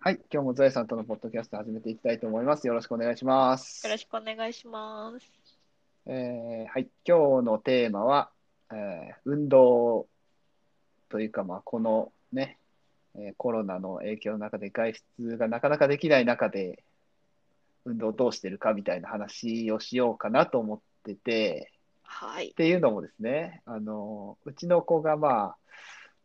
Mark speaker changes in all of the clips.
Speaker 1: はい、今日もゾエさんとのポッドキャスト始めていきたいと思います。よろしくお願いします。
Speaker 2: よろしくお願いします。
Speaker 1: えーはい、今日のテーマは、えー運動というか、まあ、このね、えーコロナの影響の中で外出がなかなかできない中で、運動をどうしてるかみたいな話をしようかなと思ってて、
Speaker 2: はい
Speaker 1: っ。ていうのもですね、あの、うちの子がま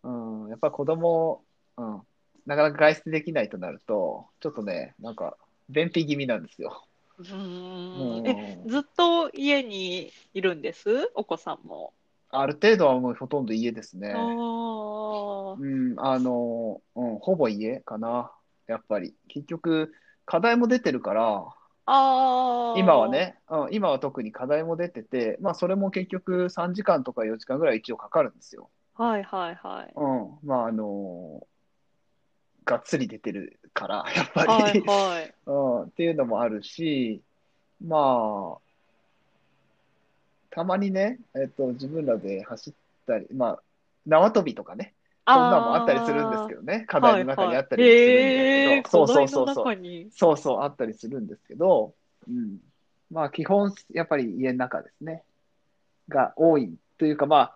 Speaker 1: あ、うん、やっぱ子供、うん、なかなか外出できないとなると、ちょっとね、なんか、便秘気味なんですよ。
Speaker 2: う
Speaker 1: う
Speaker 2: ーん。え、
Speaker 1: ん、
Speaker 2: ずっと家にいるんですお子さんも。
Speaker 1: ある程度はもうほとんど家ですね。
Speaker 2: ああ。
Speaker 1: うん、あの、うん、ほぼ家かな、やっぱり。結局、課題も出てるから、
Speaker 2: ああ。
Speaker 1: 今は。ね、うん、今は特に課題も出てて、まあ、それも結局3時間とか4時間ぐらい一応かかるんですよ。
Speaker 2: はいはいはい。
Speaker 1: うん、まああのがっつり出てるから、 やっぱり、
Speaker 2: はいはい。
Speaker 1: うん。っていうのもあるし、まあ、たまにね、えっと、自分らで走ったり、まあ、縄跳びとかね、 そんなのもあったりするんですけ
Speaker 2: ど。
Speaker 1: どね、課題の中にあったりも
Speaker 2: はい
Speaker 1: す
Speaker 2: はい
Speaker 1: るん
Speaker 2: え
Speaker 1: だ
Speaker 2: え
Speaker 1: けど、
Speaker 2: 課
Speaker 1: そう
Speaker 2: 題
Speaker 1: そう
Speaker 2: の
Speaker 1: そうそう、
Speaker 2: 中に。
Speaker 1: そうそう、あったりするんですけど、うん。まあ、基本、やっぱり家の中ですね。が多いというか、まあ、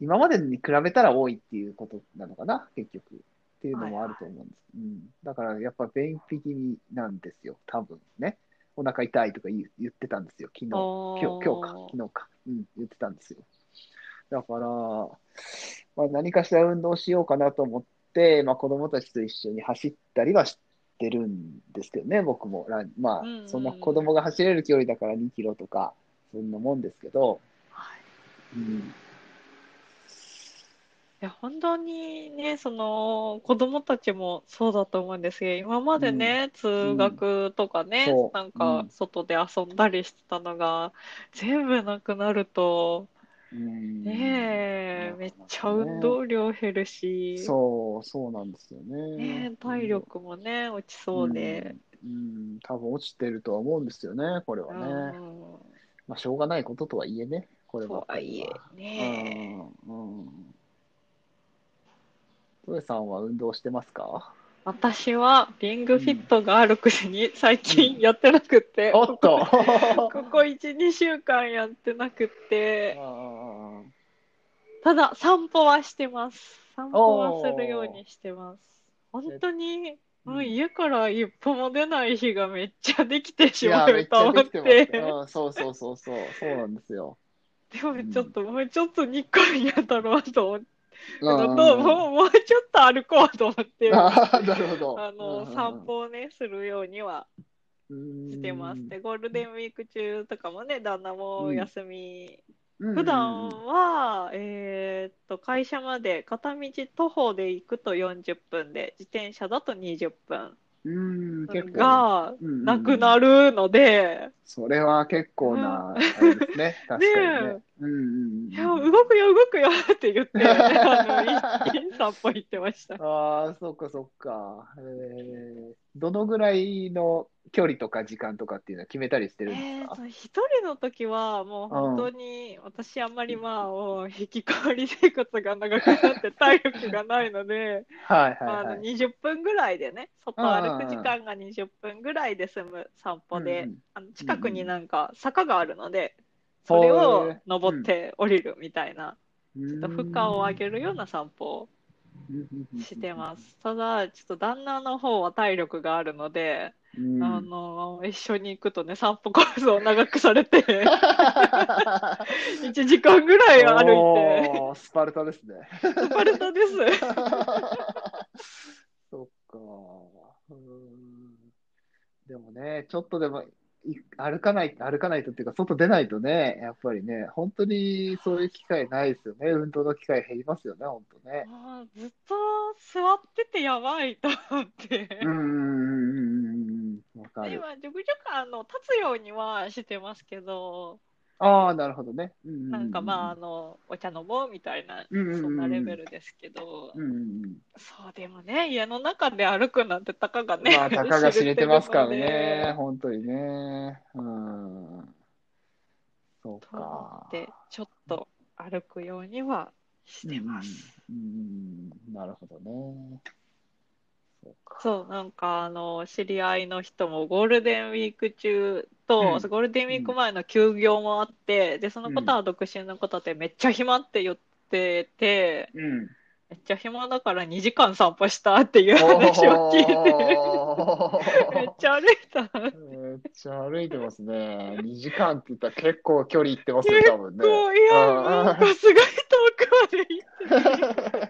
Speaker 1: 今までに比べたら多いっていうことなのかな、結局。っていうのもあると思うんです。うん。だから、やっぱ便秘気味なんですよ、多分ね。お腹痛いとか言う言ってたんですよ、昨日。今日、今日か、昨日か。うん、言ってたんですよ。だから、まあ、何かしら運動しようかなと思って、まあ、子供たちと一緒に走ったりはしてるんですけどね、僕も。ランまあ
Speaker 2: うんう、ん
Speaker 1: そんな子供が走れる距離だから2キロとか、そんなもんですけど、
Speaker 2: はい
Speaker 1: うん、
Speaker 2: いや本当にね、その子供たちもそうだと思うんですけど、今までね、通学とかね、
Speaker 1: そう
Speaker 2: なんか
Speaker 1: うん
Speaker 2: 外で遊んだりしてたのが、全部なくなると、
Speaker 1: うん
Speaker 2: ねえ、めっちゃ運動量減るし、
Speaker 1: そう、そうなんですよね。
Speaker 2: ねえ、体力もね、落ちそうで、
Speaker 1: うん、うん多分落ちてるとは思うんですよね、これは
Speaker 2: う
Speaker 1: ね。
Speaker 2: ん、
Speaker 1: まあ、しょうがないこととはいえね、これ
Speaker 2: と
Speaker 1: ばっか
Speaker 2: はい
Speaker 1: り
Speaker 2: え
Speaker 1: は。
Speaker 2: ね
Speaker 1: うんうん。トエさんは運動してますか
Speaker 2: 私はリングフィットがあるくせに最近やってなくって、
Speaker 1: おっと
Speaker 2: ここ1、2週間やってなくって、
Speaker 1: あ
Speaker 2: ただ散歩はしてます。散歩はするようにしてます。本当に、
Speaker 1: ー
Speaker 2: もう家から一歩も出ない日がめっちゃできて
Speaker 1: い
Speaker 2: しま
Speaker 1: や、め
Speaker 2: う
Speaker 1: っちゃ
Speaker 2: と思
Speaker 1: で
Speaker 2: っ
Speaker 1: きてます
Speaker 2: て、
Speaker 1: うん。そうそうそうそう、そうなんですよ。
Speaker 2: でもちょっと、もうちょっと日光やだろうと思って
Speaker 1: う
Speaker 2: た
Speaker 1: ん
Speaker 2: のと、もう、もうちょっと歩こうと思って、あ
Speaker 1: ああ、なるほど。
Speaker 2: の、散歩をね、するようには
Speaker 1: 歩
Speaker 2: してます。で、ゴールデンウィーク中とかもね、旦那
Speaker 1: う
Speaker 2: も
Speaker 1: ん
Speaker 2: 休み
Speaker 1: 普
Speaker 2: 普段は、えーっと会社まで片道徒歩で行くと40分で自転車だと20分
Speaker 1: うん、結構、
Speaker 2: が
Speaker 1: うんうん
Speaker 2: なくなるので、
Speaker 1: それは結構な、あれですね、確かにね。うんうんうん。
Speaker 2: いや動くよ動くよって言って、ね、あの一気に散歩行ってました。
Speaker 1: ああ、そっかそっか。えー、どのぐらいの距離とか時間とかっていうのは決めたりして
Speaker 2: え
Speaker 1: るんです
Speaker 2: ー
Speaker 1: か
Speaker 2: と一人の時はもう本当に私あんまりまあもう引きこもり生活が長くなって体力がない ので。
Speaker 1: はいは
Speaker 2: まあ
Speaker 1: い
Speaker 2: あ
Speaker 1: は
Speaker 2: の
Speaker 1: い。
Speaker 2: 20分ぐらいでね、外歩く時間が20分ぐらいで済む散歩で、
Speaker 1: うんうん
Speaker 2: あの近くになんか坂があるので、それを登って降りるみたいな、
Speaker 1: ち
Speaker 2: ちょっと負荷を上げるような散歩を
Speaker 1: な
Speaker 2: してます。ただ、ちょっと旦那の方は体力があるので、
Speaker 1: す。うん
Speaker 2: あの一緒に行くとね、散歩コースを長くされて、1時間ぐらい 歩いて、
Speaker 1: おースパルタですね。
Speaker 2: スパルタです。
Speaker 1: そっか。うーんでもね、ちょっとでもい歩かない、歩かないとっていうか、外出ないとね、やっぱりね、本当にそういう機会ないですよね。運動の機会減りますよね、本当ね。
Speaker 2: あーずっと座っててやばいと思って。
Speaker 1: うんうんうんうんうん。わかる。
Speaker 2: 今、ちょくちょくあの立つようにはしてますけど、
Speaker 1: ああ、なるほどね。ううう
Speaker 2: なんかまあ、あ、のお茶飲もうみたいな、
Speaker 1: うんうんうん
Speaker 2: そんなレベルですけど、
Speaker 1: うんうんうん。
Speaker 2: そうでもね、家の中で歩くなんてたかがね、
Speaker 1: まあ、たかが知れてますから
Speaker 2: 知れて
Speaker 1: ね
Speaker 2: るので、
Speaker 1: 本当にね。うん。そう
Speaker 2: と思
Speaker 1: か
Speaker 2: っ。て、ちょっと歩くようにはしてます。
Speaker 1: うんうんうん、なるほどね。そうか。
Speaker 2: そう、なんか、あの、知り合いの人もゴールデンウィーク中と、
Speaker 1: うん
Speaker 2: ゴールデンウィーク前の休業もあって、で、その
Speaker 1: う
Speaker 2: 方
Speaker 1: ん
Speaker 2: は独身の方で、めっちゃ暇って言ってて、
Speaker 1: うん。
Speaker 2: めっちゃ暇だから2時間散歩したっていう話を聞いて、めっちゃ歩い た。
Speaker 1: めっちゃ歩いてますね。2時間って言ったら結構距離行ってますよ、多分ね。
Speaker 2: こういや、
Speaker 1: うん
Speaker 2: なんかすごい遠くまで 行っ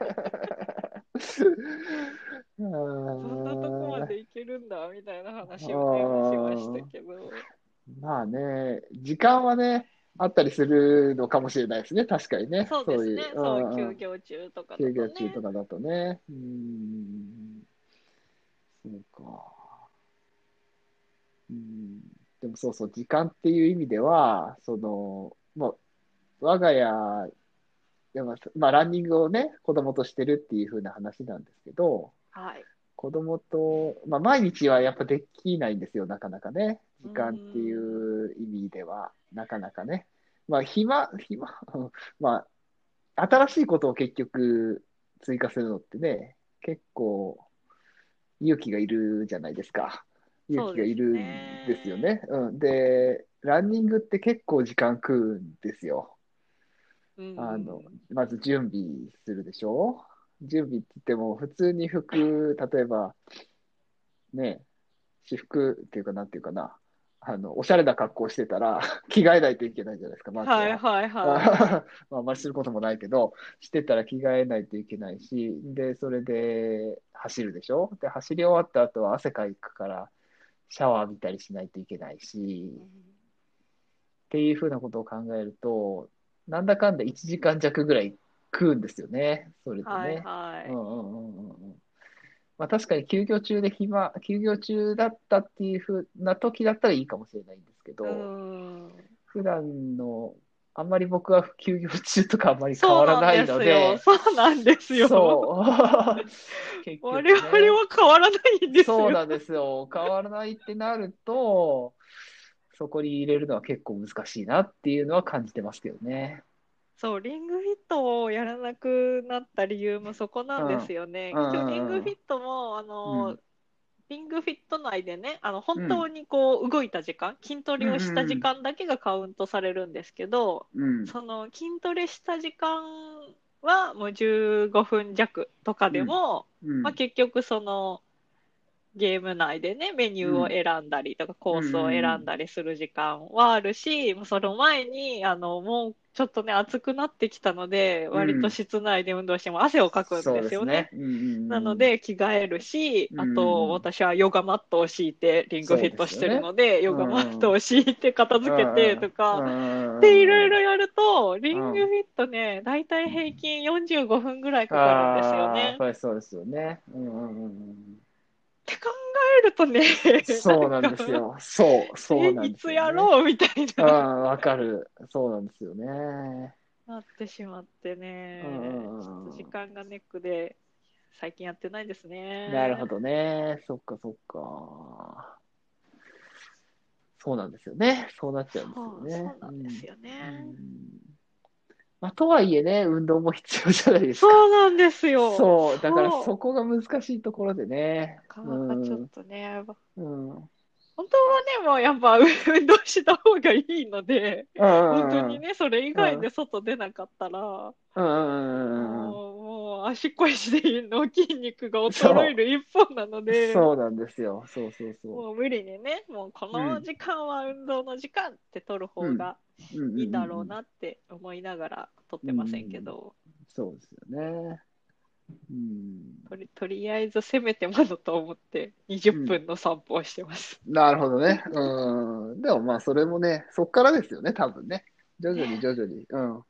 Speaker 2: そんなとこまで行けるんだみたいな話をね、しましたけど。
Speaker 1: まあね、時間はね、あったりするのかもしれないですね、確かにね。
Speaker 2: そうですね、
Speaker 1: そ
Speaker 2: そうう、
Speaker 1: いう
Speaker 2: 休
Speaker 1: ん
Speaker 2: 業中とかだと
Speaker 1: 休
Speaker 2: ね
Speaker 1: 業中とかだとね。うん。そうか。うん。でもそうそう、時間っていう意味では、その、まあ、我が家、でもまあ、ランニングをね、子供としてるっていう風な話なんですけど、
Speaker 2: はい。
Speaker 1: 子供と、まあ、毎日はやっぱできないんですよ、なかなかね。時間っていう意味では、なかなかね。まあ、暇、暇、 まあ、新しいことを結局追加するのってね、結構勇気がいるじゃないですか。勇気がいるんですよね。うん。で、ランニングって結構時間食うんですよ。
Speaker 2: うん
Speaker 1: あの、まず準備するでしょ準備って言っても、普通に服、例えば、ね、私服っていうか、なんていうかな、あの、おしゃれな格好してたら、 着替えないといけないじゃないです か、まずは。
Speaker 2: はいはいは
Speaker 1: あまあ、あんまりすることもないけど、してたら着替えないといけないし、で、それで走るでしょで、走り終わった後は汗かいくから、シャワー浴びたりしないといけないし
Speaker 2: い。、
Speaker 1: っていうふうなことを考えると、なんだかんだ1時間弱ぐらい食うんですよね、それで
Speaker 2: はい
Speaker 1: ね。
Speaker 2: は
Speaker 1: うんうんうんうんうんまあ、確かに休業中で暇、休業中だったっていうふうな時だったらいいかもしれないんですけ
Speaker 2: い。
Speaker 1: ど、
Speaker 2: うん
Speaker 1: 普段の、あんまり僕は休業中とかあんまり変わらないので、
Speaker 2: そうなんですよ。そうなん
Speaker 1: そ
Speaker 2: ですよ。
Speaker 1: う。 結局
Speaker 2: 我
Speaker 1: ね
Speaker 2: 々は変わらないんですよ。
Speaker 1: そうなんですよ。変わらないってなると、そこに入れるのは結構難しいなっていうのは感じてますけどね。
Speaker 2: そう、リングフィットをやらなくなった理由もそこなんですよね。
Speaker 1: うんうん
Speaker 2: 今日リングフィットも、あ
Speaker 1: う
Speaker 2: の、
Speaker 1: ん
Speaker 2: リングフィット内でね、あの、本当にこう、動いた時間、筋トレをした時間だけがカウントされるんですけど、
Speaker 1: うん。
Speaker 2: その筋トレした時間はもう15分弱とかでも、
Speaker 1: うん
Speaker 2: まあ、結局そのゲーム内でねメニューを選んだりとか、コースを選んだりする時間はあるし、もうその前にあのもうちょっとね暑くなってきたので
Speaker 1: ん
Speaker 2: 割と室内で運動しても汗をかくんですよね。。
Speaker 1: そうですね
Speaker 2: なの、で着替えるし、
Speaker 1: うん
Speaker 2: あと私はヨガマットを敷いてリングフィットしてるので
Speaker 1: よ
Speaker 2: ヨ
Speaker 1: ね
Speaker 2: ガマットを敷いて片
Speaker 1: うん
Speaker 2: 付けてとか、
Speaker 1: うん
Speaker 2: で、いろいろやると、リングフィットね、だいたい平均45分ぐらいかかるんですよ
Speaker 1: あーや
Speaker 2: ね
Speaker 1: っ。ぱりそうですよね。うんうん うん
Speaker 2: って考えるとね、
Speaker 1: うん。そうなんですよ。そう、そうなん
Speaker 2: い
Speaker 1: ですよ
Speaker 2: つ
Speaker 1: ね
Speaker 2: やろうみたい
Speaker 1: うん、
Speaker 2: な、
Speaker 1: わかる。そうなんですよね。
Speaker 2: なってしまってね
Speaker 1: うんうんうん、
Speaker 2: ちょっと時間がネックで、最近やってないですね。
Speaker 1: なるほ。どね。そっかそっか。そうなんですよね。そうなっちゃ
Speaker 2: そうう
Speaker 1: で
Speaker 2: んそう
Speaker 1: すよね。
Speaker 2: なんですよ
Speaker 1: うん
Speaker 2: ね。
Speaker 1: まあ、とはいえね、運動も必要じゃないですか。
Speaker 2: そうなんですよ。
Speaker 1: そう、だから
Speaker 2: そう
Speaker 1: そこが難しいところでね。
Speaker 2: なかなかちょっとね、
Speaker 1: うん。うん。
Speaker 2: 本当はね、もうやっぱ運動した方がいいので、本当にね、それ以外で外出なかったら、
Speaker 1: うんうんうんうんうん。
Speaker 2: もうもう足腰での筋肉が衰える一方なので、
Speaker 1: そうなんですよ。そうそうそ
Speaker 2: もう無理にね、もうこの時間は運動の時間って取る方が
Speaker 1: う。うんうんうん
Speaker 2: いいだろう。なって思いながら取ってませんけど、
Speaker 1: そうですよね。うん。
Speaker 2: とりとりあえずせめてものと思って20分の散歩をしてます。
Speaker 1: なるほどね。うん。でもまあ、それもね、そっからですよね、多分ね。徐々に徐々に。うん。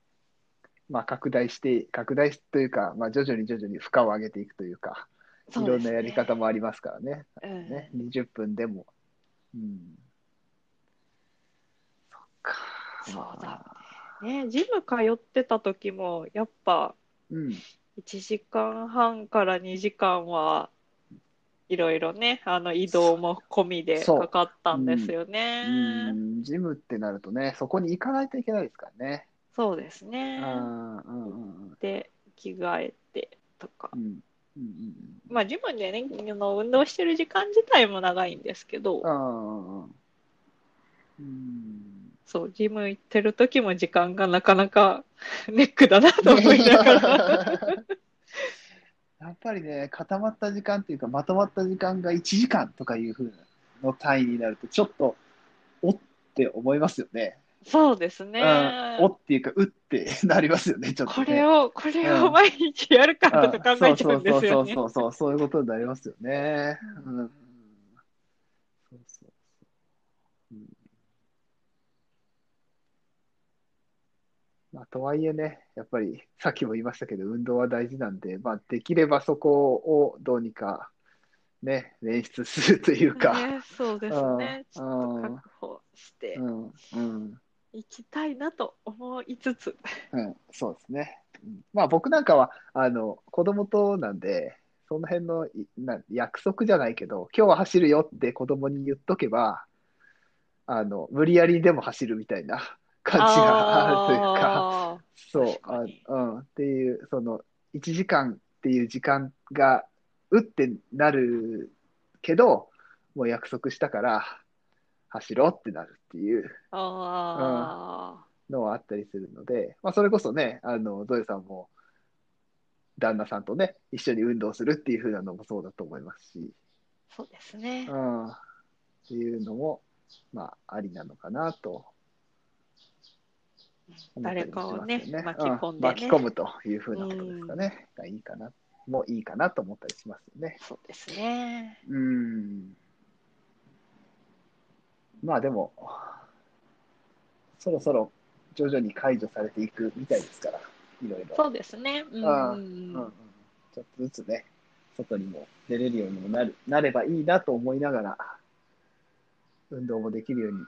Speaker 1: まあ、拡大して、拡大というか、まあ、徐々に徐々に負荷を上げていくというか、い
Speaker 2: そう
Speaker 1: ろ
Speaker 2: で
Speaker 1: ん
Speaker 2: す
Speaker 1: な
Speaker 2: ね
Speaker 1: やり方もありますからね。
Speaker 2: うん
Speaker 1: ね、20分でも。うん。そっか。
Speaker 2: そうだね、ジム通ってた時もやっぱ
Speaker 1: うん。
Speaker 2: 1時間半から2時間はいろいろねあの移動も込みで
Speaker 1: そう
Speaker 2: かかったんですよね。
Speaker 1: うん、ジムってなるとね、そこに行かないといけないですからね。
Speaker 2: そうです
Speaker 1: う
Speaker 2: ね。
Speaker 1: んうんうんうん
Speaker 2: で着替えてとか
Speaker 1: うんうんうんうん
Speaker 2: まあ、ジムでね、あの運動してる時間自体も長いんですけど、
Speaker 1: うん。うん。
Speaker 2: そう、ジム行ってる時も時間がなかなか ネックだなと思いながら。
Speaker 1: やっぱりね、固まった時間っていうか、まとまった時間が1時間とかいうふうなの単位になると、ちょっと、おって思いますよね。
Speaker 2: そうですね。
Speaker 1: うん、おっていうか、うって なりますよね、ちょっと、
Speaker 2: こ
Speaker 1: ね。
Speaker 2: れを、これ
Speaker 1: う
Speaker 2: を
Speaker 1: ん
Speaker 2: 毎日やるかとか考えちゃ
Speaker 1: そううん
Speaker 2: ですよね。
Speaker 1: そうそうそうそう、そういうことになりますよね。
Speaker 2: う
Speaker 1: うんん。うんそうそうそう。うんまあ、とはいえね、やっぱりさっきも言いましたけど、運動は大事なんで、まあ、できればそこをどうにか、ね、捻出するというか、
Speaker 2: ね、そうですね。ち
Speaker 1: う
Speaker 2: ょっ
Speaker 1: ん
Speaker 2: と確保して
Speaker 1: うん、うん、
Speaker 2: いきたいなと思いつつ、
Speaker 1: うん、 そうですね。うんまあ僕なんかはあの子供となんで、その辺のいな約束じゃないけど、今日は走るよって子供に言っとけば、あの無理やりでも走るみたいな 感じがあるというか、
Speaker 2: あー
Speaker 1: そう、
Speaker 2: 確かに
Speaker 1: あ、うん、っていう、その1時間っていう時間がうってなるけど、もう約束したから走ろうってなるっていう。
Speaker 2: あ
Speaker 1: のはあったりするので、まあ、それこそね、あの、ゾエさんも、旦那さんとね、一緒に運動するっていう風なのもそうだと思いますし、
Speaker 2: ー、そうですね
Speaker 1: う。ん、っていうのも、まあ、ありなのかなと思ったり
Speaker 2: 誰
Speaker 1: も
Speaker 2: か
Speaker 1: し
Speaker 2: を
Speaker 1: ますよ
Speaker 2: ね、
Speaker 1: ね。
Speaker 2: 巻き込ん
Speaker 1: う
Speaker 2: で
Speaker 1: 巻き
Speaker 2: ね
Speaker 1: 込。むという風なことですかね。がいいかな、もういいかなと思ったりしますよね。
Speaker 2: そうですね。
Speaker 1: うん。まあでも、そろそろ徐々に解除されていくみたいですから、いろいろ。
Speaker 2: そうですね。うん
Speaker 1: あー
Speaker 2: うん
Speaker 1: うんうんちょっとずつね、外にも出れるようにもなるなればいいなと思いながら、運動もできるように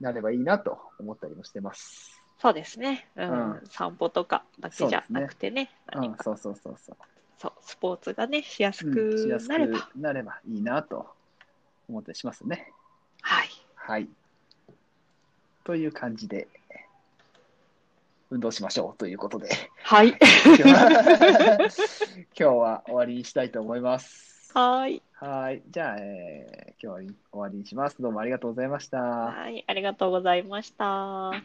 Speaker 1: なればいいなと思ったりもしてます。
Speaker 2: そうですね。うん
Speaker 1: うん
Speaker 2: 散歩とかだけじゃなくてね、
Speaker 1: う
Speaker 2: 何
Speaker 1: ん
Speaker 2: か、
Speaker 1: そうそうそうそう。
Speaker 2: そうスポーツがね、しやす
Speaker 1: うんしや
Speaker 2: く
Speaker 1: すく
Speaker 2: なれば。
Speaker 1: なればいいなと思ったりしますね。
Speaker 2: はい。
Speaker 1: はい。という感じで、運動しましょうということで、
Speaker 2: はい。
Speaker 1: 今日は今日は終わりにしたいと思います。
Speaker 2: はい。
Speaker 1: はい。じゃあ、えー今日は終わりにします。どうもありがとうございました。
Speaker 2: はい。ありがとうございました。